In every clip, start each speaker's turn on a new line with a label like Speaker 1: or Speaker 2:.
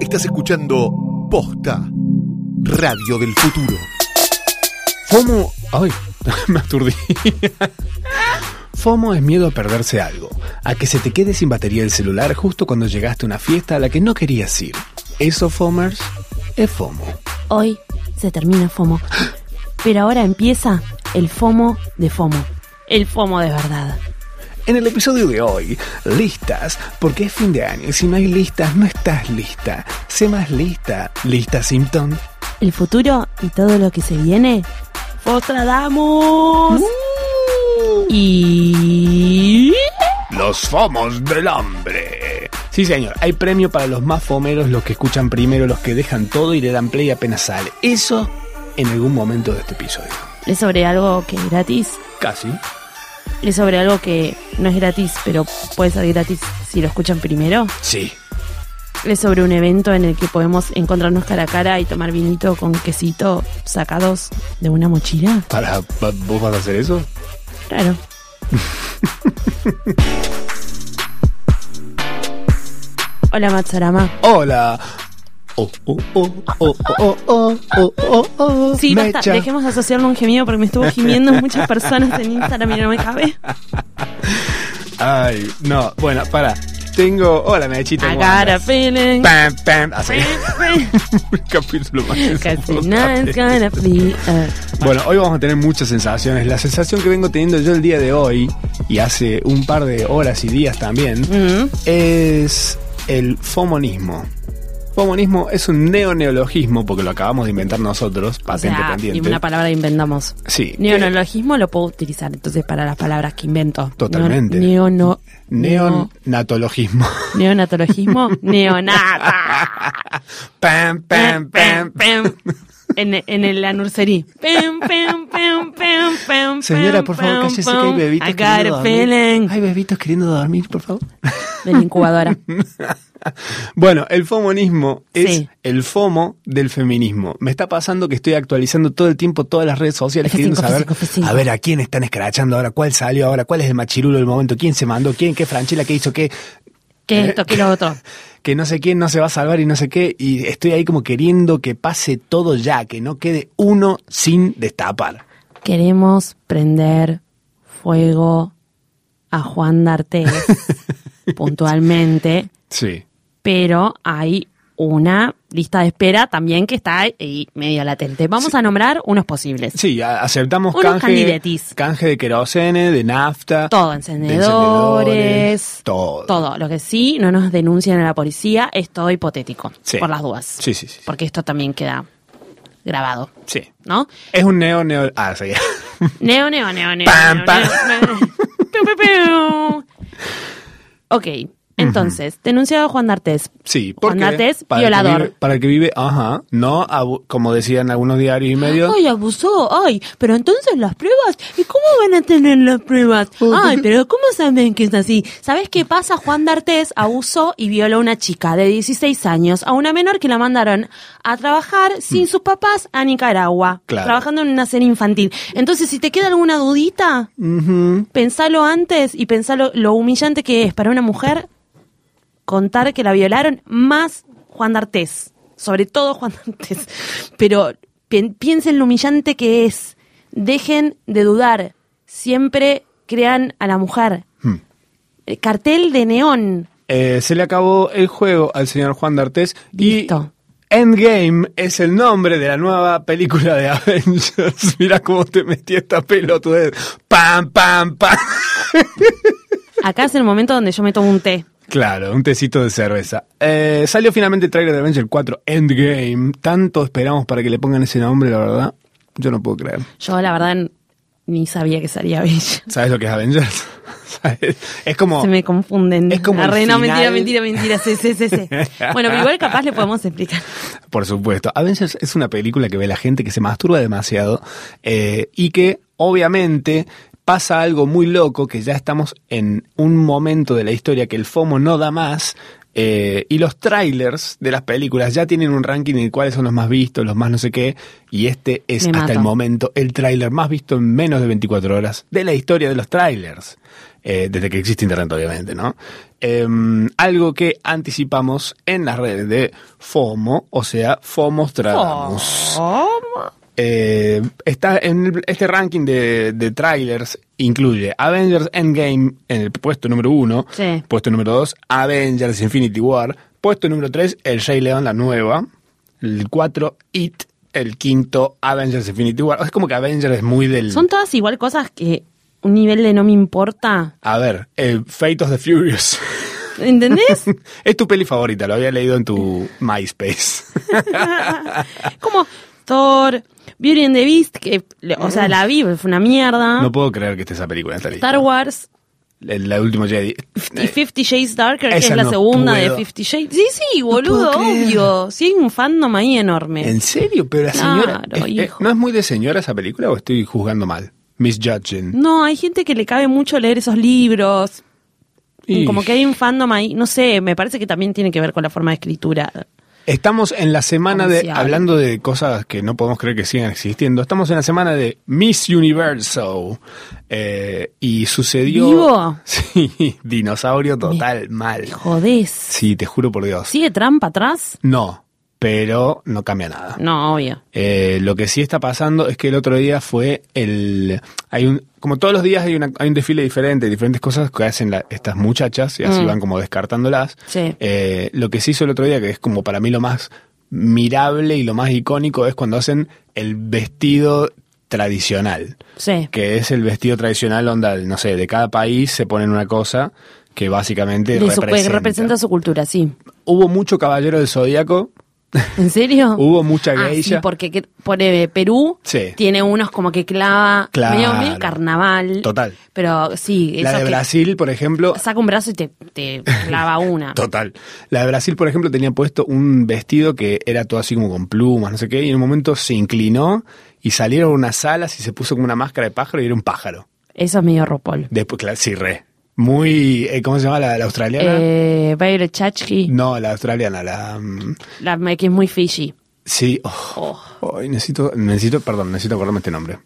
Speaker 1: Estás escuchando Posta, Radio del Futuro.
Speaker 2: FOMO. Ay, me aturdí. FOMO es miedo a perderse algo, a que se te quede sin batería el celular justo cuando llegaste a una fiesta a la que no querías ir. Eso, FOMers, es FOMO.
Speaker 3: Hoy se termina FOMO. Pero ahora empieza el FOMO de FOMO. El FOMO de verdad.
Speaker 2: En el episodio de hoy, listas, porque es fin de año y si no hay listas, no estás lista. Sé más lista, lista Simpton.
Speaker 3: El futuro y todo lo que se viene. ¡Postradamos! Uh. Y...
Speaker 2: Los FOMOS del hambre. Sí, señor, hay premio para los más fomeros, los que escuchan primero, los que dejan todo y le dan play apenas sale. Eso en algún momento de este episodio.
Speaker 3: Es sobre algo que es gratis.
Speaker 2: Casi.
Speaker 3: Es sobre algo que no es gratis, pero puede ser gratis si lo escuchan primero.
Speaker 2: Sí.
Speaker 3: Es sobre un evento en el que podemos encontrarnos cara a cara y tomar vinito con quesito sacados de una mochila.
Speaker 2: ¿Para, pa- ¿Vos vas a hacer eso?
Speaker 3: Claro. Hola Matsarama.
Speaker 2: Hola. Oh, oh, oh, oh, oh, oh, oh, oh, oh.
Speaker 3: Sí, basta,
Speaker 2: Mecha.
Speaker 3: dejemos de asociarlo a un gemido porque me estuvo gimiendo muchas personas en Instagram y no me cabe.
Speaker 2: Ay, no, bueno, para. Tengo. Hola, Mechita.
Speaker 3: I
Speaker 2: ¿cómo
Speaker 3: got a
Speaker 2: andas?
Speaker 3: feeling.
Speaker 2: Pam, pam. Así. Un capítulo más.
Speaker 3: Cause tonight's gonna be uh, a-
Speaker 2: Bueno, hoy vamos a tener muchas sensaciones. La sensación que vengo teniendo yo el día de hoy, y hace un par de horas y días también,
Speaker 3: Mm.
Speaker 2: es el fomonismo. Fomonismo es un neoneologismo, porque lo acabamos de inventar nosotros,
Speaker 3: O
Speaker 2: patente
Speaker 3: sea, y
Speaker 2: pendiente.
Speaker 3: una palabra que inventamos.
Speaker 2: Sí.
Speaker 3: Neonologismo lo puedo utilizar entonces para las palabras que invento.
Speaker 2: Totalmente.
Speaker 3: Neo- Neono, neo-
Speaker 2: Neonatologismo.
Speaker 3: neonatologismo, neonata.
Speaker 2: pam, pam, pam.
Speaker 3: pam. En, en el anurserí. Pam, pam, pam, pam, pam,
Speaker 2: Señora,
Speaker 3: pam,
Speaker 2: por favor,
Speaker 3: pam,
Speaker 2: cállese que hay
Speaker 3: pam.
Speaker 2: bebitos
Speaker 3: I got
Speaker 2: queriendo
Speaker 3: a
Speaker 2: dormir.
Speaker 3: feeling.
Speaker 2: Hay bebitos queriendo dormir, por favor.
Speaker 3: De la incubadora.
Speaker 2: Bueno, el fomonismo es
Speaker 3: Sí.
Speaker 2: el fomo del feminismo. Me está pasando que estoy actualizando todo el tiempo todas las redes sociales
Speaker 3: F5,
Speaker 2: queriendo saber
Speaker 3: F5, F5.
Speaker 2: a ver a quién están escrachando ahora, cuál salió ahora, cuál es el machirulo del momento, quién se mandó, quién, qué franchela, qué hizo, qué,
Speaker 3: Que esto, que lo otro.
Speaker 2: que no sé quién no se va a salvar y no sé qué. Y estoy ahí como queriendo que pase todo ya, que no quede uno sin destapar.
Speaker 3: Queremos prender fuego a Juan D'Artes puntualmente,
Speaker 2: Sí.
Speaker 3: pero hay una lista de espera también que está ahí medio latente. Vamos a nombrar unos posibles.
Speaker 2: Sí, a- aceptamos
Speaker 3: Unos
Speaker 2: canje,
Speaker 3: candidatis.
Speaker 2: canje de querosene, de nafta.
Speaker 3: Todo,
Speaker 2: de
Speaker 3: encendedores,
Speaker 2: todo.
Speaker 3: todo. Lo que sí no nos denuncian a la policía es todo hipotético,
Speaker 2: Sí.
Speaker 3: por las dudas.
Speaker 2: Sí, sí, sí.
Speaker 3: Porque esto también queda grabado,
Speaker 2: Sí.
Speaker 3: ¿no?
Speaker 2: Es un neo, neo. Ah, sí.
Speaker 3: Neo, neo, neo, neo.
Speaker 2: Pam,
Speaker 3: neo,
Speaker 2: pam.
Speaker 3: neo, neo. Piu, piu, piu. Ok, entonces, denunciado Juan D'Artes.
Speaker 2: Sí,
Speaker 3: Juan
Speaker 2: porque.
Speaker 3: D'Artes,
Speaker 2: para el que
Speaker 3: violador.
Speaker 2: vive- para el que vive, ajá. No, abu- como decían algunos diarios y medios.
Speaker 3: Ay, abusó, ay, pero entonces las pruebas, ¿y cómo van a tener las pruebas? Ay, pero ¿cómo saben que es así? ¿Sabes qué pasa? Juan D'Artes abusó y violó a una chica de 16 años, a una menor que la mandaron a trabajar
Speaker 2: Mm.
Speaker 3: sin sus papás a Nicaragua,
Speaker 2: Claro.
Speaker 3: trabajando en una cena infantil. Entonces, si te queda alguna dudita,
Speaker 2: Ujú.
Speaker 3: pensalo antes y pensalo lo humillante que es para una mujer contar que la violaron más Juan D'Artés, sobre todo Juan D'Artés. Pero pi- piensen lo humillante que es. Dejen de dudar. Siempre crean a la mujer.
Speaker 2: Hmm.
Speaker 3: Eh, Cartel de neón.
Speaker 2: Eh, se le acabó el juego al señor Juan D'Artes. Y.
Speaker 3: Listo.
Speaker 2: Endgame es el nombre de la nueva película de Avengers. Mira cómo te metí esta pelotudez. Pam, pam, pam.
Speaker 3: Acá es el momento donde yo me tomo un té.
Speaker 2: Claro, un tecito de cerveza. Eh, salió finalmente el trailer de Avenger 4 Endgame. Tanto esperamos para que le pongan ese nombre, la verdad. Yo no puedo creer.
Speaker 3: Yo, la verdad, ni sabía que salía bella.
Speaker 2: ¿Sabes lo que es Avengers? ¿Sabes? Es como...
Speaker 3: Se me confunden.
Speaker 2: Es como el
Speaker 3: Arre, no,
Speaker 2: final.
Speaker 3: mentira, mentira, mentira. Sí, sí, sí, sí. Bueno, pero igual capaz le podemos explicar.
Speaker 2: Por supuesto. Avengers es una película que ve la gente que se masturba demasiado eh, y que obviamente pasa algo muy loco que ya estamos en un momento de la historia que el FOMO no da más Eh, y los trailers de las películas ya tienen un ranking en el cual son los más vistos, los más no sé qué. Y este es
Speaker 3: Me
Speaker 2: hasta
Speaker 3: mato.
Speaker 2: el momento el trailer más visto en menos de 24 horas de la historia de los trailers. Eh, desde que existe Internet, obviamente, ¿no? Eh, algo que anticipamos en las redes de FOMO, o sea, FOMOstradamus. Eh, está en el- este ranking de, de trailers incluye Avengers Endgame en el puesto número uno,
Speaker 3: Sí.
Speaker 2: puesto número dos Avengers Infinity War, puesto número tres El Rey León, la nueva, el cuatro It, el quinto Avengers Infinity War. Es como que Avengers es muy del...
Speaker 3: Son todas igual cosas que un nivel de no me importa.
Speaker 2: A ver, eh, Fate of the Furious.
Speaker 3: ¿Entendés?
Speaker 2: es tu peli favorita, lo había leído en tu MySpace.
Speaker 3: Como Thor, Beauty and the Beast, que, le- o sea, la vi, fue una mierda.
Speaker 2: no puedo creer que esté esa película en esta lista.
Speaker 3: Star Wars
Speaker 2: El, el último Jedi.
Speaker 3: y Fifty Shades Darker, que
Speaker 2: Eh, esa
Speaker 3: es la
Speaker 2: no
Speaker 3: segunda
Speaker 2: puedo.
Speaker 3: de Fifty Shades. Sí, sí, boludo,
Speaker 2: puedo creer.
Speaker 3: obvio. Sí, hay un fandom ahí enorme.
Speaker 2: ¿En serio? Pero la señora.
Speaker 3: Claro,
Speaker 2: eh, eh,
Speaker 3: hijo.
Speaker 2: ¿No es muy de señora esa película o estoy juzgando mal? Misjudging.
Speaker 3: No, hay gente que le cabe mucho leer esos libros.
Speaker 2: Y
Speaker 3: Como que hay un fandom ahí, no sé, me parece que también tiene que ver con la forma de escritura.
Speaker 2: Estamos en la semana de.
Speaker 3: Comercial.
Speaker 2: Hablando de cosas que no podemos creer que sigan existiendo. Estamos en la semana de Miss Universo. Eh, y sucedió.
Speaker 3: ¿Vivo?
Speaker 2: Sí, dinosaurio total, mal.
Speaker 3: Jodés.
Speaker 2: Sí, te juro por Dios.
Speaker 3: ¿Sigue trampa atrás?
Speaker 2: No, pero no cambia nada.
Speaker 3: No, obvio.
Speaker 2: Eh, lo que sí está pasando es que el otro día fue el... Hay un, como todos los días hay, una- hay un desfile diferente, diferentes cosas que hacen la- estas muchachas y así
Speaker 3: Mm.
Speaker 2: van como descartándolas.
Speaker 3: Sí.
Speaker 2: Eh, lo que se hizo el otro día, que es como para mí lo más mirable y lo más icónico, es cuando hacen el vestido tradicional
Speaker 3: Sí.
Speaker 2: que es el vestido tradicional, onda, no sé, de cada país se ponen una cosa que básicamente
Speaker 3: De su- que
Speaker 2: representa.
Speaker 3: representa su cultura, sí.
Speaker 2: Hubo mucho caballero del zodíaco,
Speaker 3: ¿En serio?
Speaker 2: hubo mucha
Speaker 3: Ah, sí,
Speaker 2: geisha.
Speaker 3: porque que- pone eh, Perú
Speaker 2: Sí.
Speaker 3: tiene unos como que clava
Speaker 2: Claro.
Speaker 3: medio, medio carnaval.
Speaker 2: Total.
Speaker 3: Pero sí,
Speaker 2: La
Speaker 3: eso
Speaker 2: de
Speaker 3: que
Speaker 2: Brasil, por ejemplo,
Speaker 3: saca un brazo y te, te clava una.
Speaker 2: Total. La de Brasil, por ejemplo, tenía puesto un vestido que era todo así como con plumas, no sé qué, y en un momento se inclinó y salieron unas alas y se puso como una máscara de pájaro y era un pájaro.
Speaker 3: Eso es medio ropol.
Speaker 2: Después, claro, sí, re. Muy, eh, ¿cómo se llama la, la australiana?
Speaker 3: Eh, Violet Chachki,
Speaker 2: No, la australiana, la... mm,
Speaker 3: la que es muy fishy.
Speaker 2: Sí, oh,
Speaker 3: Oh.
Speaker 2: oh, necesito, necesito, perdón, necesito acordarme este nombre.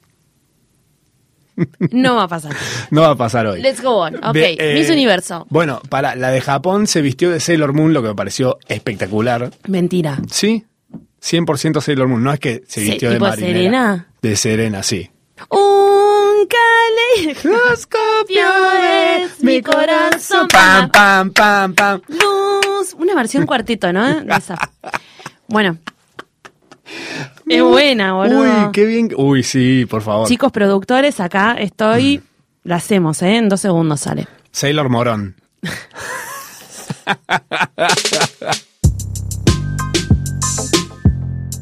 Speaker 3: No va a pasar.
Speaker 2: No va a pasar hoy.
Speaker 3: Let's go on. Ok,
Speaker 2: De- eh,
Speaker 3: Miss Universo.
Speaker 2: Bueno, para la de Japón se vistió de Sailor Moon, lo que me pareció espectacular.
Speaker 3: Mentira.
Speaker 2: Sí, 100% Sailor Moon. No es que se
Speaker 3: Sí,
Speaker 2: vistió de
Speaker 3: tipo
Speaker 2: marinera.
Speaker 3: Serena.
Speaker 2: De Serena, sí.
Speaker 3: Un cale.
Speaker 2: Los
Speaker 3: campeones, mi corazón.
Speaker 2: Pam, pam, pam, pam.
Speaker 3: Luz. Una versión cuartito, ¿no? De esa. Bueno. Es buena, boludo.
Speaker 2: Uy, qué bien. Uy, sí, por favor.
Speaker 3: Chicos productores, acá estoy. La hacemos, ¿eh? En dos segundos sale.
Speaker 2: Sailor Morón.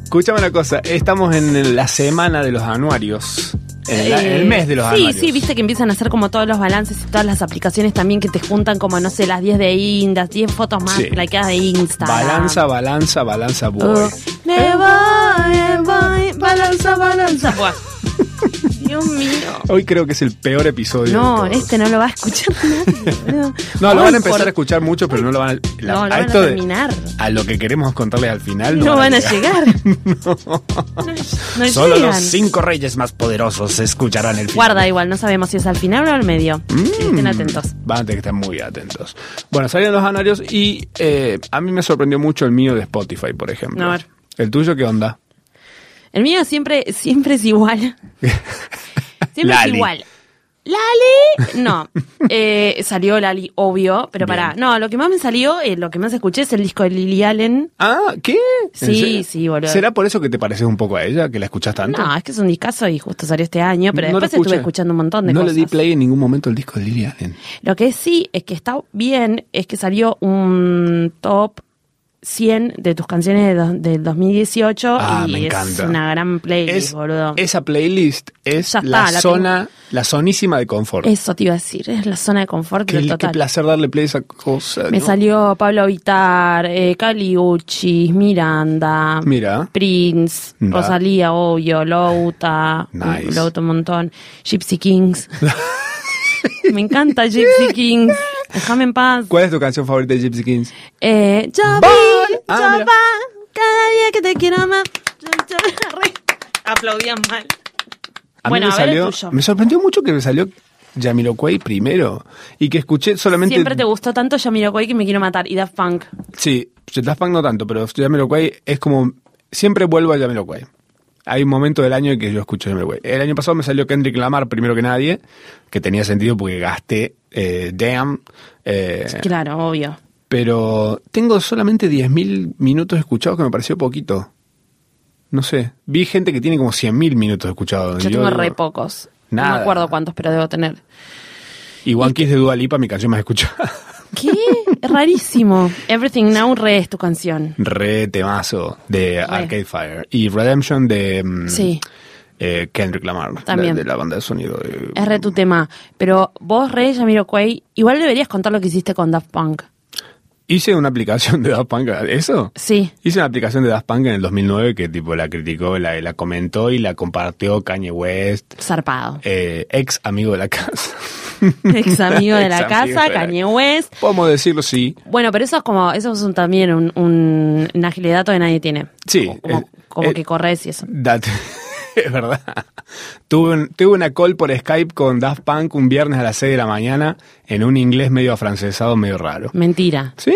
Speaker 2: Escúchame una cosa, estamos en la semana de los anuarios. En, la- en
Speaker 3: Eh,
Speaker 2: el mes de los
Speaker 3: sí,
Speaker 2: anuarios.
Speaker 3: Sí, viste que empiezan a hacer como todos los balances y todas las aplicaciones también que te juntan como, no sé, las 10 de Insta, las 10 fotos más
Speaker 2: Sí.
Speaker 3: likeadas de Insta.
Speaker 2: Balanza, balanza, balanza, boy.
Speaker 3: Oh. Me voy, me voy, balanza, balanza. Buah. Dios mío.
Speaker 2: Hoy creo que es el peor episodio.
Speaker 3: No,
Speaker 2: de todos.
Speaker 3: este no lo va a escuchar nadie. boludo.
Speaker 2: No, lo
Speaker 3: Ay,
Speaker 2: van a empezar
Speaker 3: por-
Speaker 2: a escuchar mucho, pero no lo van a. la-
Speaker 3: No, no van a
Speaker 2: esto de-
Speaker 3: terminar.
Speaker 2: a lo que queremos contarles al final.
Speaker 3: No, van a llegar. No, no
Speaker 2: Solo
Speaker 3: llegan.
Speaker 2: los cinco reyes más poderosos escucharán el final.
Speaker 3: Guarda igual, no sabemos si es al final o al medio.
Speaker 2: Mm.
Speaker 3: Estén atentos.
Speaker 2: Van a tener que estar muy atentos. Bueno, salieron los anuarios y eh, a mí me sorprendió mucho el mío de Spotify, por ejemplo.
Speaker 3: A ver.
Speaker 2: ¿El tuyo qué onda?
Speaker 3: El mío siempre, siempre es igual. Siempre es
Speaker 2: Lali.
Speaker 3: igual. ¿Lali? No. Eh, salió Lali, obvio, pero
Speaker 2: Bien.
Speaker 3: pará. No, lo que más me salió, eh, lo que más escuché es el disco de Lily Allen.
Speaker 2: Ah, ¿qué? ¿En
Speaker 3: Sí,
Speaker 2: serio?
Speaker 3: sí, boludo.
Speaker 2: ¿Será por eso que te pareces un poco a ella, que la escuchas tanto?
Speaker 3: No, es que es un discazo y justo salió este año, pero
Speaker 2: No lo
Speaker 3: después
Speaker 2: escuché.
Speaker 3: estuve escuchando un montón de
Speaker 2: No
Speaker 3: cosas.
Speaker 2: le di play en ningún momento al disco de Lily Allen.
Speaker 3: Lo que sí es que está bien es que salió un top 100 de tus canciones de do- del 2018
Speaker 2: Ah,
Speaker 3: y
Speaker 2: me
Speaker 3: es
Speaker 2: encanta.
Speaker 3: una gran playlist,
Speaker 2: Es-
Speaker 3: boludo.
Speaker 2: Esa playlist es
Speaker 3: Ya está,
Speaker 2: la,
Speaker 3: la
Speaker 2: zona, la zonísima de confort.
Speaker 3: Eso te iba a decir, es la zona de confort
Speaker 2: qué,
Speaker 3: del
Speaker 2: qué
Speaker 3: total.
Speaker 2: placer darle play a esa cosa.
Speaker 3: Me
Speaker 2: ¿no?
Speaker 3: salió Pablo Vitar, eh, Cali Uchis, Miranda,
Speaker 2: Mira.
Speaker 3: Prince,
Speaker 2: Va.
Speaker 3: Rosalía, obvio, Louta,
Speaker 2: Nice.
Speaker 3: Louta un montón, Gypsy Kings. Me encanta Gypsy Kings. Déjame en paz.
Speaker 2: ¿Cuál es tu canción favorita de Gypsy Kings?
Speaker 3: Eh, yo
Speaker 2: Bye.
Speaker 3: vi,
Speaker 2: Ah,
Speaker 3: yo
Speaker 2: mira.
Speaker 3: va, cada día que te quiero más. Yo- yo- re- Aplaudían mal.
Speaker 2: A mí
Speaker 3: bueno,
Speaker 2: me
Speaker 3: a ver
Speaker 2: salió-
Speaker 3: el tuyo.
Speaker 2: Me sorprendió mucho que me salió Jamiroquai primero y que escuché solamente.
Speaker 3: Siempre te gustó tanto Jamiroquai que me quiero matar. Y Daft Punk.
Speaker 2: Sí, Daft Punk no tanto, pero Jamiroquai es como. Siempre vuelvo a Jamiroquai. Hay un momento del año en que yo escucho Jamiroquai. El año pasado me salió Kendrick Lamar primero que nadie, que tenía sentido porque gasté eh, Damn. eh,
Speaker 3: Claro, obvio.
Speaker 2: pero tengo solamente 10.000 minutos escuchados que me pareció poquito. No sé. Vi gente que tiene como 100.000 minutos escuchados.
Speaker 3: Yo
Speaker 2: Y yo
Speaker 3: tengo
Speaker 2: digo,
Speaker 3: re pocos. No
Speaker 2: nada.
Speaker 3: me acuerdo cuántos, pero debo tener.
Speaker 2: Y One Kiss de Dua Lipa, mi canción más escuchada.
Speaker 3: ¿Qué? Es Rarísimo. Everything Now Re es tu canción.
Speaker 2: Re temazo de Arcade Fire. Y Redemption de mm,
Speaker 3: Sí.
Speaker 2: eh, Kendrick Lamar.
Speaker 3: También. Eh.
Speaker 2: De, de la banda de sonido. de-
Speaker 3: Es re tu tema. Pero vos, re Jamiroquai, igual deberías contar lo que hiciste con Daft Punk.
Speaker 2: Hice una aplicación de Daft Punk. ¿Eso?
Speaker 3: Sí.
Speaker 2: Hice una aplicación de Daft Punk en el 2009 que tipo la criticó, la, la comentó y la compartió Kanye West,
Speaker 3: Zarpado.
Speaker 2: eh, ex amigo de la casa.
Speaker 3: Ex amigo de la
Speaker 2: Ex amigo
Speaker 3: casa,
Speaker 2: de la-
Speaker 3: Kanye West.
Speaker 2: Podemos decirlo, sí.
Speaker 3: Bueno, pero eso es como, eso es un- también un, un- una agilidad que nadie tiene.
Speaker 2: Sí,
Speaker 3: Como, como-
Speaker 2: eh,
Speaker 3: como
Speaker 2: eh,
Speaker 3: que corres y eso.
Speaker 2: Date. Es verdad. Tuve, un- tuve una call por Skype con Daft Punk un viernes a las 6 de la mañana en un inglés medio afrancesado, medio raro.
Speaker 3: Mentira.
Speaker 2: ¿Sí?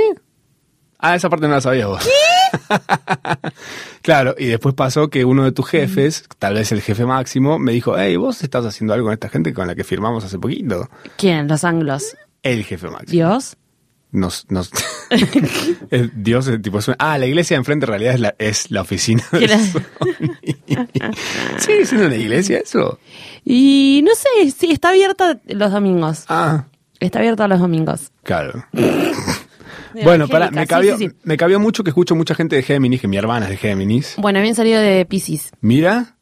Speaker 2: Ah, esa parte no la sabías vos. claro, y después pasó que uno de tus jefes, tal vez el jefe máximo, me dijo, hey, vos estás haciendo algo con esta gente con la que firmamos hace poquito.
Speaker 3: ¿Quién? Los anglos.
Speaker 2: El jefe máximo.
Speaker 3: Dios.
Speaker 2: Nos, nos- El Dios es tipo. es una- ah, la iglesia de enfrente en realidad es la, es la oficina. de
Speaker 3: ¿Quién es?
Speaker 2: Sony. Sigue siendo una iglesia eso.
Speaker 3: Y no sé, sí, está abierta los domingos.
Speaker 2: Ah,
Speaker 3: Está abierta los domingos.
Speaker 2: claro. bueno, para,
Speaker 3: Evangélica,
Speaker 2: me
Speaker 3: sí,
Speaker 2: cabió,
Speaker 3: sí, sí.
Speaker 2: me cabió mucho que escucho mucha gente de Géminis, que mi hermana es de Géminis.
Speaker 3: Bueno, habían salido de Pisces.
Speaker 2: Mira,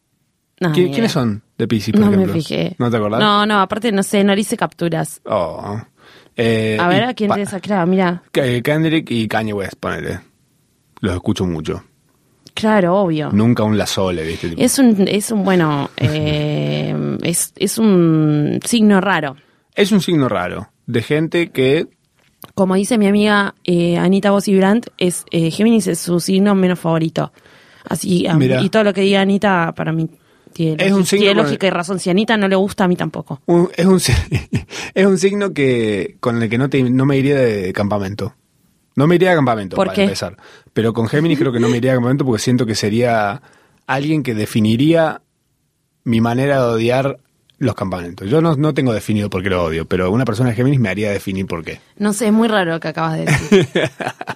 Speaker 3: No,
Speaker 2: ¿quién-
Speaker 3: ni
Speaker 2: ¿quiénes
Speaker 3: idea.
Speaker 2: son de Pisces, por
Speaker 3: Ah, no
Speaker 2: ejemplo?
Speaker 3: me fijé.
Speaker 2: ¿No te acordás?
Speaker 3: No, no, aparte no sé, no le hice capturas.
Speaker 2: Oh. Eh,
Speaker 3: A
Speaker 2: y
Speaker 3: ver a quién
Speaker 2: pa-
Speaker 3: te desacraba, mira.
Speaker 2: K- eh, Kendrick y Kanye West, ponele. Los escucho mucho.
Speaker 3: Claro, obvio.
Speaker 2: Nunca un lazole, ¿viste? Tipo,
Speaker 3: Es un, es un, bueno, eh, es, es un signo raro.
Speaker 2: es un signo raro de gente que
Speaker 3: Como dice mi amiga eh, Anita Bossi Brandt, es, eh, Géminis es su signo menos favorito. Así, a mí-
Speaker 2: Mirá.
Speaker 3: y todo lo que diga Anita, para mí, tiene,
Speaker 2: Es un
Speaker 3: lógica-
Speaker 2: signo
Speaker 3: tiene
Speaker 2: con el-
Speaker 3: lógica y razón. Si a Anita no le gusta, a mí tampoco.
Speaker 2: Un- es, un, si- es un signo que con el que no, te, no me iría de campamento. No me iría de campamento,
Speaker 3: ¿Por
Speaker 2: para
Speaker 3: qué?
Speaker 2: empezar. Pero con Géminis creo que no me iría de campamento porque siento que sería alguien que definiría mi manera de odiar los campamentos. Yo no, no tengo definido por qué lo odio, pero una persona de Géminis me haría definir por qué.
Speaker 3: No sé, es muy raro lo que acabas de decir.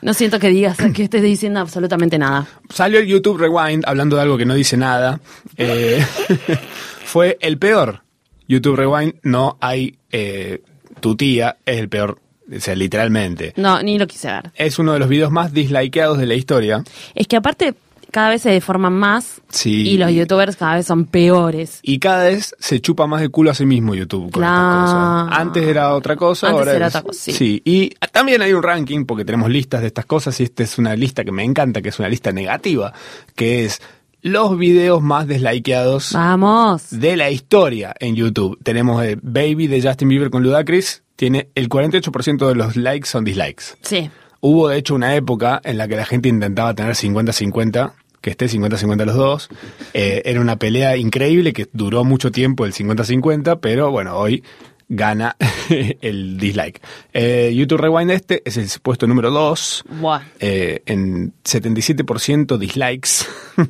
Speaker 3: No siento que digas, que estés diciendo absolutamente nada.
Speaker 2: Salió el YouTube Rewind hablando de algo que no dice nada. Eh, fue el peor. YouTube Rewind no hay... eh, tu tía es el peor, o sea, literalmente.
Speaker 3: No, ni lo quise ver.
Speaker 2: Es uno de los videos más dislikeados de la historia.
Speaker 3: Es que aparte, cada vez se deforman más
Speaker 2: Sí.
Speaker 3: y los youtubers cada vez son peores.
Speaker 2: Y cada vez se chupa más de culo a sí mismo YouTube con
Speaker 3: Claro.
Speaker 2: estas cosas. Antes era otra cosa,
Speaker 3: Antes
Speaker 2: ahora
Speaker 3: era
Speaker 2: es-
Speaker 3: otra cosa, sí.
Speaker 2: Y también hay un ranking, porque tenemos listas de estas cosas, y esta es una lista que me encanta, que es una lista negativa, que es los videos más dislikeados
Speaker 3: Vamos.
Speaker 2: de la historia en YouTube. Tenemos el Baby de Justin Bieber con Ludacris, tiene el 48% de los likes son dislikes.
Speaker 3: Sí.
Speaker 2: Hubo de hecho una época en la que la gente intentaba tener 50-50, que esté 50-50 los dos. Eh, era una pelea increíble que duró mucho tiempo el 50-50, pero bueno, hoy gana el dislike. Eh, YouTube Rewind este es el puesto número 2,
Speaker 3: Buah.
Speaker 2: en 77% dislikes.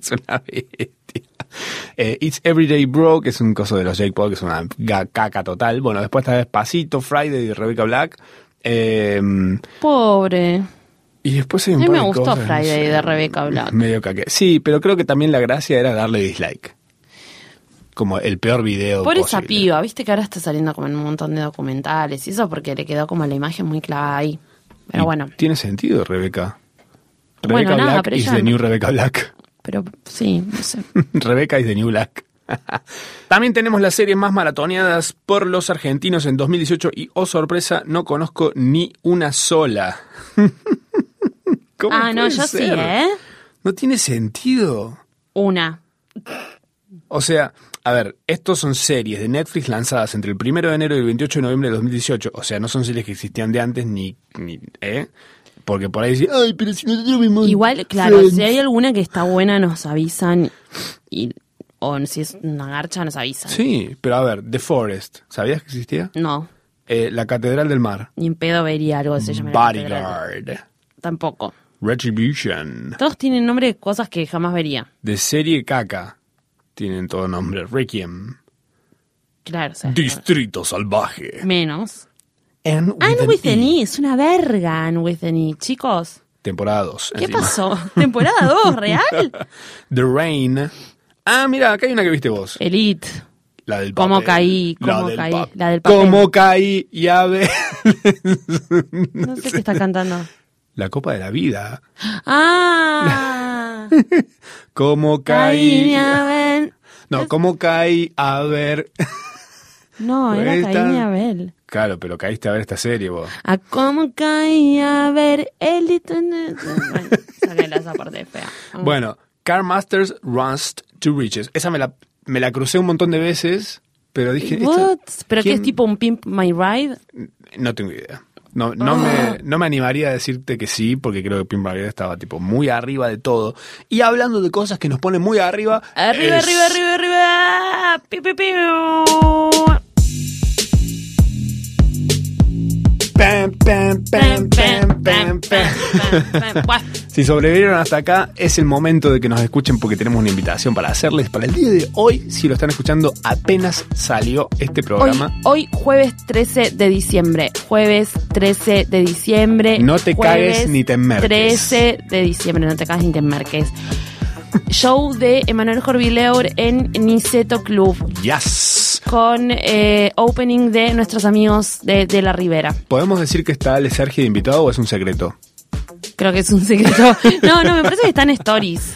Speaker 2: es una bestia. Eh, It's Everyday Bro, que es un coso de los Jake Paul, que es una ga- caca total. Bueno, después está Despacito, Friday y Rebecca Black. Eh,
Speaker 3: Pobre.
Speaker 2: y después hay
Speaker 3: A
Speaker 2: un
Speaker 3: mí
Speaker 2: par
Speaker 3: me
Speaker 2: de
Speaker 3: gustó
Speaker 2: cosas, no
Speaker 3: Friday
Speaker 2: sé,
Speaker 3: de Rebecca Black.
Speaker 2: Medio caque. Sí, pero creo que también la gracia era darle dislike. Como el peor video.
Speaker 3: Por esa
Speaker 2: posible.
Speaker 3: piba, viste que ahora está saliendo como en un montón de documentales y eso porque le quedó como la imagen muy clavada ahí. Pero
Speaker 2: Y
Speaker 3: bueno,
Speaker 2: Tiene sentido, Rebeca.
Speaker 3: Bueno,
Speaker 2: Rebeca
Speaker 3: nada,
Speaker 2: Black
Speaker 3: pero
Speaker 2: is
Speaker 3: ella
Speaker 2: the
Speaker 3: no-
Speaker 2: new Rebeca Black.
Speaker 3: pero sí, no sé.
Speaker 2: Rebeca is the new Black. También tenemos las series más maratoneadas por los argentinos en 2018 y, oh sorpresa, no conozco ni una sola. ¿Cómo
Speaker 3: Ah, no,
Speaker 2: puede
Speaker 3: yo sí,
Speaker 2: ser?
Speaker 3: ¿eh?
Speaker 2: No tiene sentido.
Speaker 3: Una.
Speaker 2: O sea, a a ver, estos son series de Netflix lanzadas entre el 1 de enero y el 28 de noviembre de 2018. O sea, no son series que existían de antes ni... ni ¿eh? Porque por ahí dicen, ay, pero si nosotros vimos...
Speaker 3: Igual, claro,
Speaker 2: Friends".
Speaker 3: si hay alguna que está buena, nos avisan. Y, o si es una garcha, nos avisan.
Speaker 2: Sí, pero a ver, The Forest, ¿sabías que existía?
Speaker 3: No,
Speaker 2: Eh, la Catedral del Mar.
Speaker 3: ni en pedo vería algo que se llame La Catedral.
Speaker 2: Bodyguard.
Speaker 3: Tampoco.
Speaker 2: Retribution.
Speaker 3: Todos tienen nombre de cosas que jamás vería.
Speaker 2: De serie caca. Tienen todo nombre. Requiem.
Speaker 3: Claro, o sea,
Speaker 2: Distrito Salvaje.
Speaker 3: menos.
Speaker 2: And with
Speaker 3: Anne
Speaker 2: an
Speaker 3: with an
Speaker 2: E.
Speaker 3: E, es una verga Anne with an E. Chicos,
Speaker 2: Temporada 2.
Speaker 3: ¿qué pasó? ¿Temporada 2, real?
Speaker 2: The Rain. Ah, mira, acá hay una que viste vos.
Speaker 3: Elite.
Speaker 2: La del
Speaker 3: ¿Cómo
Speaker 2: papel.
Speaker 3: caí? ¿Cómo caí?
Speaker 2: pap-
Speaker 3: La del papel.
Speaker 2: ¿Cómo caí? Llave.
Speaker 3: No sé qué está cantando.
Speaker 2: La copa de la vida.
Speaker 3: Ah,
Speaker 2: ¿Cómo caí?
Speaker 3: Caíña, ven.
Speaker 2: No, ¿cómo caí? A ver.
Speaker 3: No, era
Speaker 2: Esta-
Speaker 3: Caíña Abel.
Speaker 2: Claro, pero caíste a ver esta serie vos.
Speaker 3: A cómo caía a ver élite. Bueno, sáquenla esa parte fea.
Speaker 2: Bueno, Car Masters Rust to Riches. Esa me la, me la crucé un montón de veces, pero dije. esta-
Speaker 3: What? ¿Pero qué
Speaker 2: ¿quién?
Speaker 3: es tipo un Pimp My Ride?
Speaker 2: No tengo idea. No, no,
Speaker 3: Ah.
Speaker 2: me, no me animaría a decirte que sí, porque creo que Pim Barriera estaba tipo muy arriba de todo. Y hablando de cosas que nos ponen muy arriba.
Speaker 3: Arriba,
Speaker 2: es-
Speaker 3: arriba, arriba, arriba. Pi, pi, pi.
Speaker 2: Pam, pam, pam,
Speaker 3: Pam,
Speaker 2: pam, pam,
Speaker 3: pam, pam, pam, pam. Buah.
Speaker 2: Si sobrevivieron hasta acá, es el momento de que nos escuchen porque tenemos una invitación para hacerles para el día de hoy. Si lo están escuchando, apenas salió este
Speaker 3: Hoy,
Speaker 2: programa.
Speaker 3: hoy jueves 13 de diciembre. Jueves 13 de diciembre.
Speaker 2: No te
Speaker 3: Jueves
Speaker 2: cagues ni te enmerques.
Speaker 3: 13 de diciembre, no te cagues ni te enmerques. Show de Emanuel Jorvileur en Niceto Club
Speaker 2: Yes.
Speaker 3: con eh, opening de nuestros amigos de, de la Ribera.
Speaker 2: ¿Podemos decir que está Ale Sergi de invitado o es un secreto?
Speaker 3: Creo que es un secreto. No, no, me parece que están stories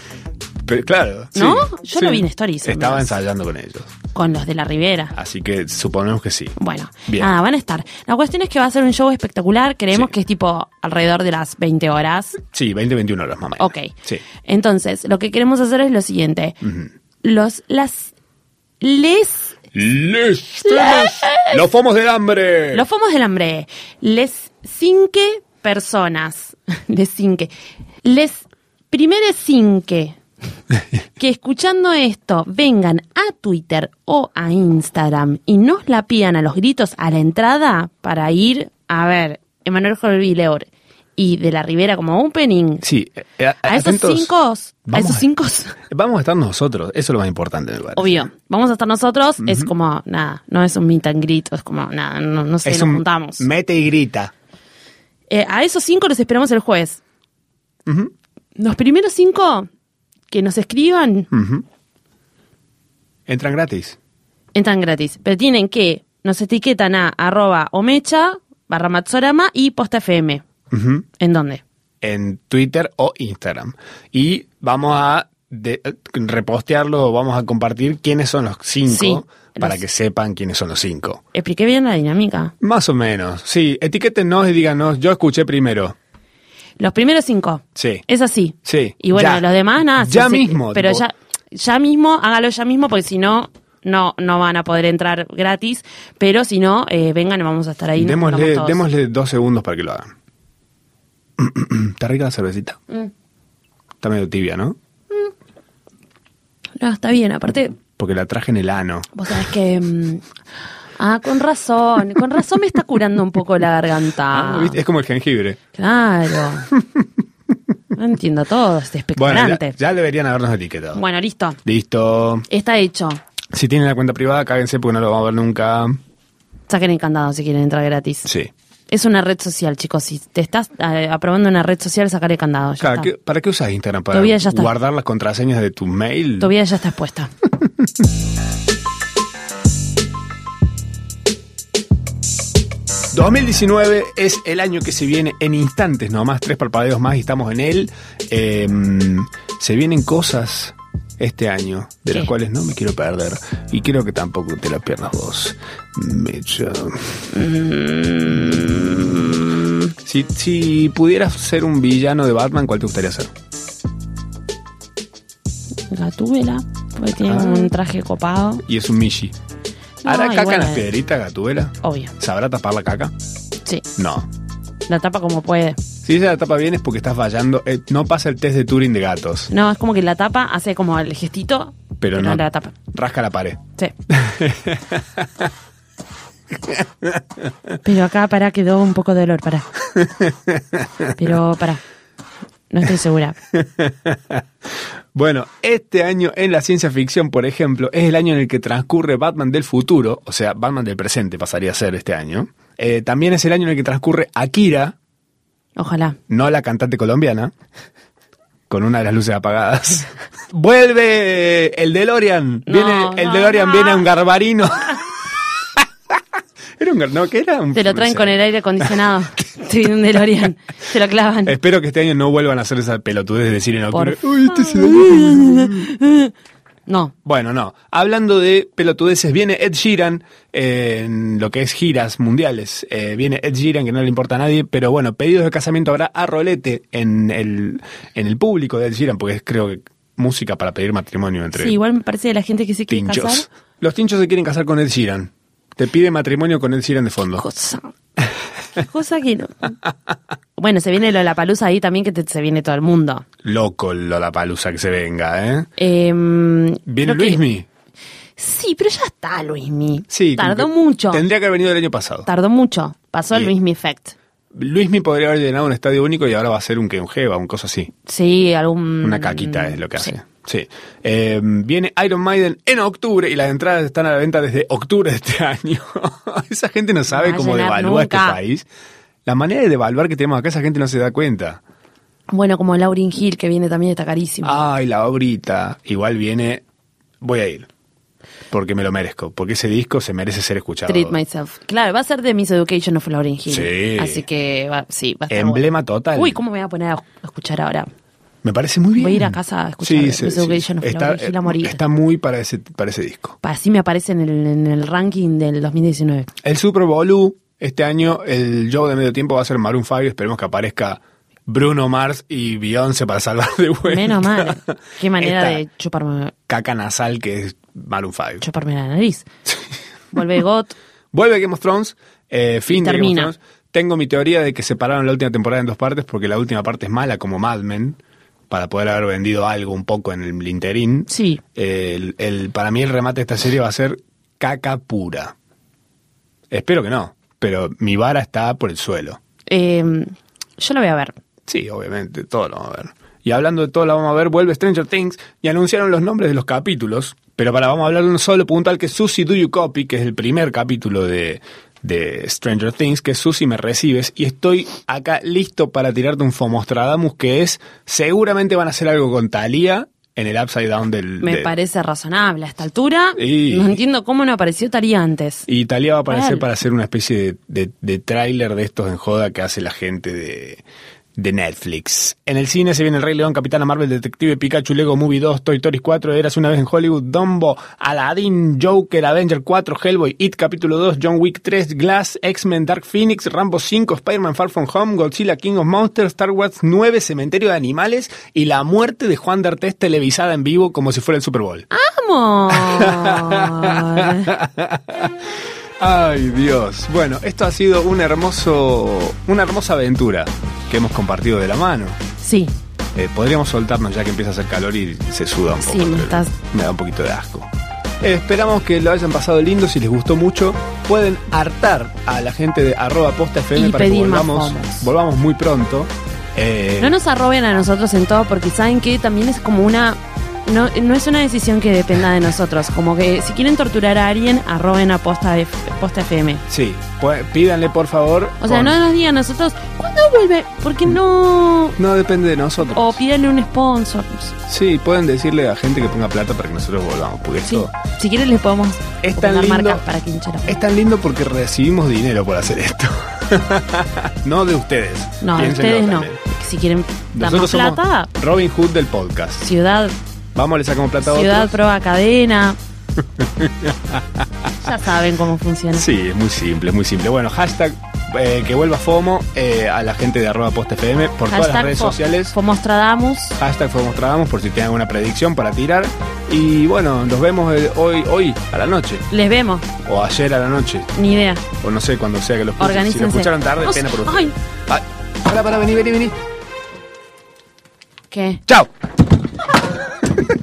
Speaker 2: Pero, claro. sí,
Speaker 3: ¿No? Yo
Speaker 2: sí.
Speaker 3: lo vi en stories,
Speaker 2: Estaba
Speaker 3: además.
Speaker 2: ensayando con ellos.
Speaker 3: con los de la Ribera.
Speaker 2: Así que suponemos que sí.
Speaker 3: Bueno,
Speaker 2: Bien.
Speaker 3: nada, van a estar. La cuestión es que va a ser un show espectacular. Creemos
Speaker 2: Sí.
Speaker 3: que es tipo alrededor de las 20 horas.
Speaker 2: Sí, 20, 21 horas, mamá.
Speaker 3: Ok.
Speaker 2: Sí.
Speaker 3: Entonces, lo que queremos hacer es lo siguiente. Los, las, les,
Speaker 2: ¡Listos! ¡Los fomos del hambre!
Speaker 3: los fomos del hambre. Les cinque personas. Les cinque. Les primeres cinque. Que escuchando esto vengan a Twitter o a Instagram y nos la pidan a los gritos a la entrada para ir a ver Emanuel Jorvileur y de la Ribera como opening.
Speaker 2: sí. eh,
Speaker 3: A esos
Speaker 2: atentos.
Speaker 3: cinco, a
Speaker 2: Vamos
Speaker 3: esos
Speaker 2: a-
Speaker 3: cinco,
Speaker 2: Vamos a estar nosotros. Eso es lo más importante, me parece.
Speaker 3: obvio. Vamos a estar nosotros, es como, nada, no es un meet and greet, es como, nada, no, no sé,
Speaker 2: Es
Speaker 3: nos
Speaker 2: un
Speaker 3: juntamos.
Speaker 2: mete y grita.
Speaker 3: Eh, a esos cinco los esperamos el jueves. Los primeros cinco que nos escriban
Speaker 2: Ujú. Entran gratis.
Speaker 3: entran gratis, pero tienen que, nos etiquetan a arroba omecha, barra matsorama y posta FM.
Speaker 2: Ujú.
Speaker 3: ¿En dónde?
Speaker 2: En Twitter o Instagram. Y vamos a de- repostearlo o vamos a compartir quiénes son los cinco
Speaker 3: Sí,
Speaker 2: para
Speaker 3: los-
Speaker 2: que sepan quiénes son los cinco.
Speaker 3: Expliqué bien la dinámica.
Speaker 2: Más o menos, sí. Etiquétenos y díganos, yo escuché primero.
Speaker 3: Los primeros cinco.
Speaker 2: Sí.
Speaker 3: Es así.
Speaker 2: Sí,
Speaker 3: Y bueno,
Speaker 2: ya.
Speaker 3: los demás nada. sí,
Speaker 2: Ya
Speaker 3: sí,
Speaker 2: mismo,
Speaker 3: Pero
Speaker 2: tipo-
Speaker 3: ya, ya mismo, hágalo ya mismo, porque si no, no, no van a poder entrar gratis. Pero si no, eh, vengan y vamos a estar ahí. nos juntamos
Speaker 2: Démosle,
Speaker 3: todos.
Speaker 2: démosle dos segundos para que lo hagan. ¿Está rica la cervecita?
Speaker 3: Mm.
Speaker 2: Está medio tibia, ¿no?
Speaker 3: No, está bien. Aparte,
Speaker 2: Porque la traje en el ano.
Speaker 3: vos sabés que. mm, ah, con razón. Con razón me está curando un poco la garganta.
Speaker 2: Ah, ¿viste? Es como el jengibre.
Speaker 3: Claro. No entiendo todo.
Speaker 2: Bueno,
Speaker 3: Es
Speaker 2: ya,
Speaker 3: espectaculante.
Speaker 2: ya deberían habernos etiquetado.
Speaker 3: Bueno, listo.
Speaker 2: Listo.
Speaker 3: Está hecho.
Speaker 2: Si tienen la cuenta privada, cáguense porque no lo vamos a ver nunca.
Speaker 3: Saquen el candado si quieren entrar gratis.
Speaker 2: Sí.
Speaker 3: Es una red social, chicos. Si te estás eh, aprobando una red social, sacar el candado. ya
Speaker 2: Claro,
Speaker 3: está.
Speaker 2: ¿qué- ¿Para qué usas Instagram? ¿Para
Speaker 3: Todavía ya está.
Speaker 2: guardar las contraseñas de tu mail?
Speaker 3: Tu vida ya está expuesta.
Speaker 2: Sí. 2019 es el año que se viene en instantes nomás, tres parpadeos más y estamos en él. Eh, se vienen cosas este año de las
Speaker 3: ¿Qué?
Speaker 2: cuales no me quiero perder y creo que tampoco te las pierdas vos. Mecha.
Speaker 3: Mm.
Speaker 2: Si, si pudieras ser un villano de Batman, ¿cuál te gustaría ser?
Speaker 3: Gatúbela. Porque tiene
Speaker 2: Ah.
Speaker 3: un traje copado.
Speaker 2: Y es un Mishi. ¿Hará
Speaker 3: No,
Speaker 2: caca
Speaker 3: igual
Speaker 2: en las
Speaker 3: es-
Speaker 2: piedritas, Gatubela?
Speaker 3: Obvio,
Speaker 2: ¿Sabrá tapar la caca?
Speaker 3: sí.
Speaker 2: No.
Speaker 3: La tapa como puede.
Speaker 2: Si ella la tapa bien es porque estás fallando. eh, no pasa el test de Turing de gatos,
Speaker 3: No, es como que la tapa hace como el gestito,
Speaker 2: pero, no.
Speaker 3: la tapa.
Speaker 2: Rasca la pared.
Speaker 3: Sí. Pero acá, pará, quedó un poco de olor, pará. Pero, pará. No estoy segura.
Speaker 2: Bueno, este año en la ciencia ficción, por ejemplo, es el año en el que transcurre Batman del futuro, o sea, Batman del presente pasaría a ser este año. Eh, también es el año en el que transcurre Akira,
Speaker 3: Ojalá.
Speaker 2: no la cantante colombiana, con una de las luces apagadas. ¡Vuelve el DeLorean! Viene,
Speaker 3: No,
Speaker 2: el
Speaker 3: no,
Speaker 2: DeLorean
Speaker 3: no.
Speaker 2: viene a un garbarino. era un gar- no, ¿qué era? Un-
Speaker 3: Te lo
Speaker 2: no
Speaker 3: traen
Speaker 2: sé.
Speaker 3: con el aire acondicionado. Te viene un DeLorean. Te lo clavan.
Speaker 2: Espero que este año no vuelvan a hacer esa pelotudez de decir en
Speaker 3: Por
Speaker 2: octubre, "Uy, este es el-
Speaker 3: No.
Speaker 2: Bueno, no. Hablando de pelotudeces, viene Ed Sheeran eh, en lo que es giras mundiales. Eh, viene Ed Sheeran, que no le importa a nadie, pero bueno, pedidos de casamiento habrá a rolete en el, en el público de Ed Sheeran, porque es creo que música para pedir matrimonio entre
Speaker 3: Sí, igual me parece de la gente que se quiere
Speaker 2: tinchos.
Speaker 3: casar.
Speaker 2: Los tinchos se quieren casar con Ed Sheeran. Te pide matrimonio con Ed Sheeran de fondo.
Speaker 3: Cosa. Cosa que no. Bueno, se viene lo de la palusa ahí también, que te- se viene todo el mundo.
Speaker 2: Loco la palusa que se venga, ¿eh?
Speaker 3: Em,
Speaker 2: Viene
Speaker 3: creo que-
Speaker 2: Luismi.
Speaker 3: Sí, pero ya está Luismi.
Speaker 2: Sí. como
Speaker 3: Tardó
Speaker 2: que
Speaker 3: mucho.
Speaker 2: Tendría que haber venido el año pasado.
Speaker 3: Tardó mucho. Pasó el
Speaker 2: Sí.
Speaker 3: Luismi Effect.
Speaker 2: Luismi podría haber llenado un estadio único y ahora va a ser un Keungeva, un cosa así.
Speaker 3: Sí, algún...
Speaker 2: Una caquita es lo que
Speaker 3: Mm, Sí.
Speaker 2: hace. Sí. Eh, viene Iron Maiden en octubre y las entradas están a la venta desde octubre de este año. esa gente no sabe
Speaker 3: va a
Speaker 2: cómo
Speaker 3: llenar
Speaker 2: devalúa este
Speaker 3: nunca.
Speaker 2: país. La manera de devaluar que tenemos acá, esa gente no se da cuenta.
Speaker 3: Bueno, como Laurin Hill, que viene también, está carísimo.
Speaker 2: Ay, la obrita. Igual viene. Voy a ir. Porque me lo merezco. Porque ese disco se merece ser escuchado.
Speaker 3: Treat Myself. Claro, va a ser de Miss Education of Lauren Hill.
Speaker 2: Sí.
Speaker 3: Así que, va- sí, va a estar
Speaker 2: Emblema
Speaker 3: bueno.
Speaker 2: total.
Speaker 3: Uy, ¿cómo me voy a poner a escuchar ahora?
Speaker 2: Me parece muy bien.
Speaker 3: Voy a ir a casa a escuchar Miss Education of
Speaker 2: Está, eh,
Speaker 3: Lauryn Hill a morir.
Speaker 2: está muy para ese, para ese disco.
Speaker 3: Pa- Así me aparece en el, en el ranking del 2019.
Speaker 2: El Super Bowl U, este año el show de medio tiempo va a ser Maroon 5, esperemos que aparezca Bruno Mars y Beyoncé para salvar de vuelta.
Speaker 3: Menos mal. Qué manera
Speaker 2: Esta
Speaker 3: de chuparme,
Speaker 2: caca nasal que es Maroon 5.
Speaker 3: chuparme la nariz. Vuelve Got.
Speaker 2: Vuelve Game of Thrones, eh, fin
Speaker 3: Y
Speaker 2: de Game of
Speaker 3: termina.
Speaker 2: Thrones. Tengo mi teoría de que separaron la última temporada en dos partes porque la última parte es mala como Mad Men para poder haber vendido algo un poco en el interín.
Speaker 3: Sí.
Speaker 2: El, el- para mí el remate de esta serie va a ser caca pura. Espero que no, pero mi vara está por el suelo.
Speaker 3: Eh, yo lo voy a ver.
Speaker 2: Sí, obviamente, todo lo vamos a ver. Y hablando de todo lo vamos a ver, vuelve Stranger Things y anunciaron los nombres de los capítulos, pero para vamos a hablar de un solo puntual que es Susie Do You Copy, que es el primer capítulo de, de Stranger Things, que es Susie Me Recibes, y estoy acá listo para tirarte un Fomostradamus que es, seguramente van a hacer algo con Thalía en el Upside Down del...
Speaker 3: Me
Speaker 2: del-
Speaker 3: parece razonable a esta altura.
Speaker 2: Y-
Speaker 3: No entiendo cómo no apareció Taría antes.
Speaker 2: Y Thalía va a aparecer
Speaker 3: Real.
Speaker 2: para hacer una especie de, de, de tráiler de estos en joda que hace la gente de, de Netflix. En el cine se viene El Rey León, Capitana Marvel, Detective Pikachu, Lego Movie 2, Toy Story 4, Eras una vez en Hollywood, Dumbo, Aladdin, Joker, Avenger 4, Hellboy, It capítulo 2, John Wick 3, Glass, X-Men, Dark Phoenix, Rambo 5, Spider-Man Far From Home, Godzilla, King of Monsters, Star Wars 9, Cementerio de Animales y la muerte de Juan de Artés televisada en vivo como si fuera el Super Bowl.
Speaker 3: ¡Vamos!
Speaker 2: Ay Dios. Bueno, esto ha sido un hermoso, una hermosa aventura que hemos compartido de la mano.
Speaker 3: Sí,
Speaker 2: Eh, podríamos soltarnos ya que empieza a hacer calor y se suda un poco.
Speaker 3: Sí, me
Speaker 2: pero
Speaker 3: estás-
Speaker 2: me da un poquito de asco. Eh, Esperamos que lo hayan pasado lindo, si les gustó mucho, pueden hartar a la gente de arroba posta FM
Speaker 3: Y
Speaker 2: para que
Speaker 3: pedir más
Speaker 2: volvamos,
Speaker 3: pomos.
Speaker 2: volvamos muy pronto. Eh,
Speaker 3: no nos arroben a nosotros en todo porque saben que también es como una... No, no es una decisión que dependa de nosotros. Como que si quieren torturar a alguien, arroben a Posta, F- Posta FM.
Speaker 2: Sí, pu- pídanle por favor.
Speaker 3: O sea,
Speaker 2: con- Mm.
Speaker 3: no nos digan a nosotros, ¿cuándo vuelve? Porque no...
Speaker 2: no depende de nosotros.
Speaker 3: O pídanle un sponsor.
Speaker 2: Sí, pueden decirle a gente que ponga plata para que nosotros volvamos, porque
Speaker 3: Sí,
Speaker 2: esto-
Speaker 3: si quieren les podemos
Speaker 2: Es tan
Speaker 3: poner
Speaker 2: lindo-
Speaker 3: marcas para que hinchen la-
Speaker 2: Es tan lindo porque recibimos dinero por hacer esto. no de ustedes.
Speaker 3: No,
Speaker 2: Piénsenlo
Speaker 3: ustedes no.
Speaker 2: también.
Speaker 3: Si quieren dar
Speaker 2: Nosotros
Speaker 3: más
Speaker 2: somos
Speaker 3: plata,
Speaker 2: Robin Hood del podcast.
Speaker 3: ciudad,
Speaker 2: Vamos, le sacamos plata a
Speaker 3: ciudad
Speaker 2: otros.
Speaker 3: prueba cadena. ya saben cómo funciona.
Speaker 2: Sí, es muy simple, es muy simple. Bueno, hashtag eh, que vuelva FOMO eh, a la gente de arroba postfm por todas las redes
Speaker 3: fo-
Speaker 2: sociales.
Speaker 3: Fomostradamus.
Speaker 2: Hashtag Fomostradamos por si tienen alguna predicción para tirar. Y bueno, nos vemos eh, hoy, hoy a la noche.
Speaker 3: Les vemos,
Speaker 2: O ayer a la noche.
Speaker 3: ni idea.
Speaker 2: O no sé, cuando sea que lo escuchen. Si lo
Speaker 3: Organícense.
Speaker 2: escucharon tarde,
Speaker 3: No sé.
Speaker 2: pena por ustedes.
Speaker 3: Ay.
Speaker 2: Ay, pará, pará, vení, vení, vení.
Speaker 3: ¿Qué?
Speaker 2: ¡Chao!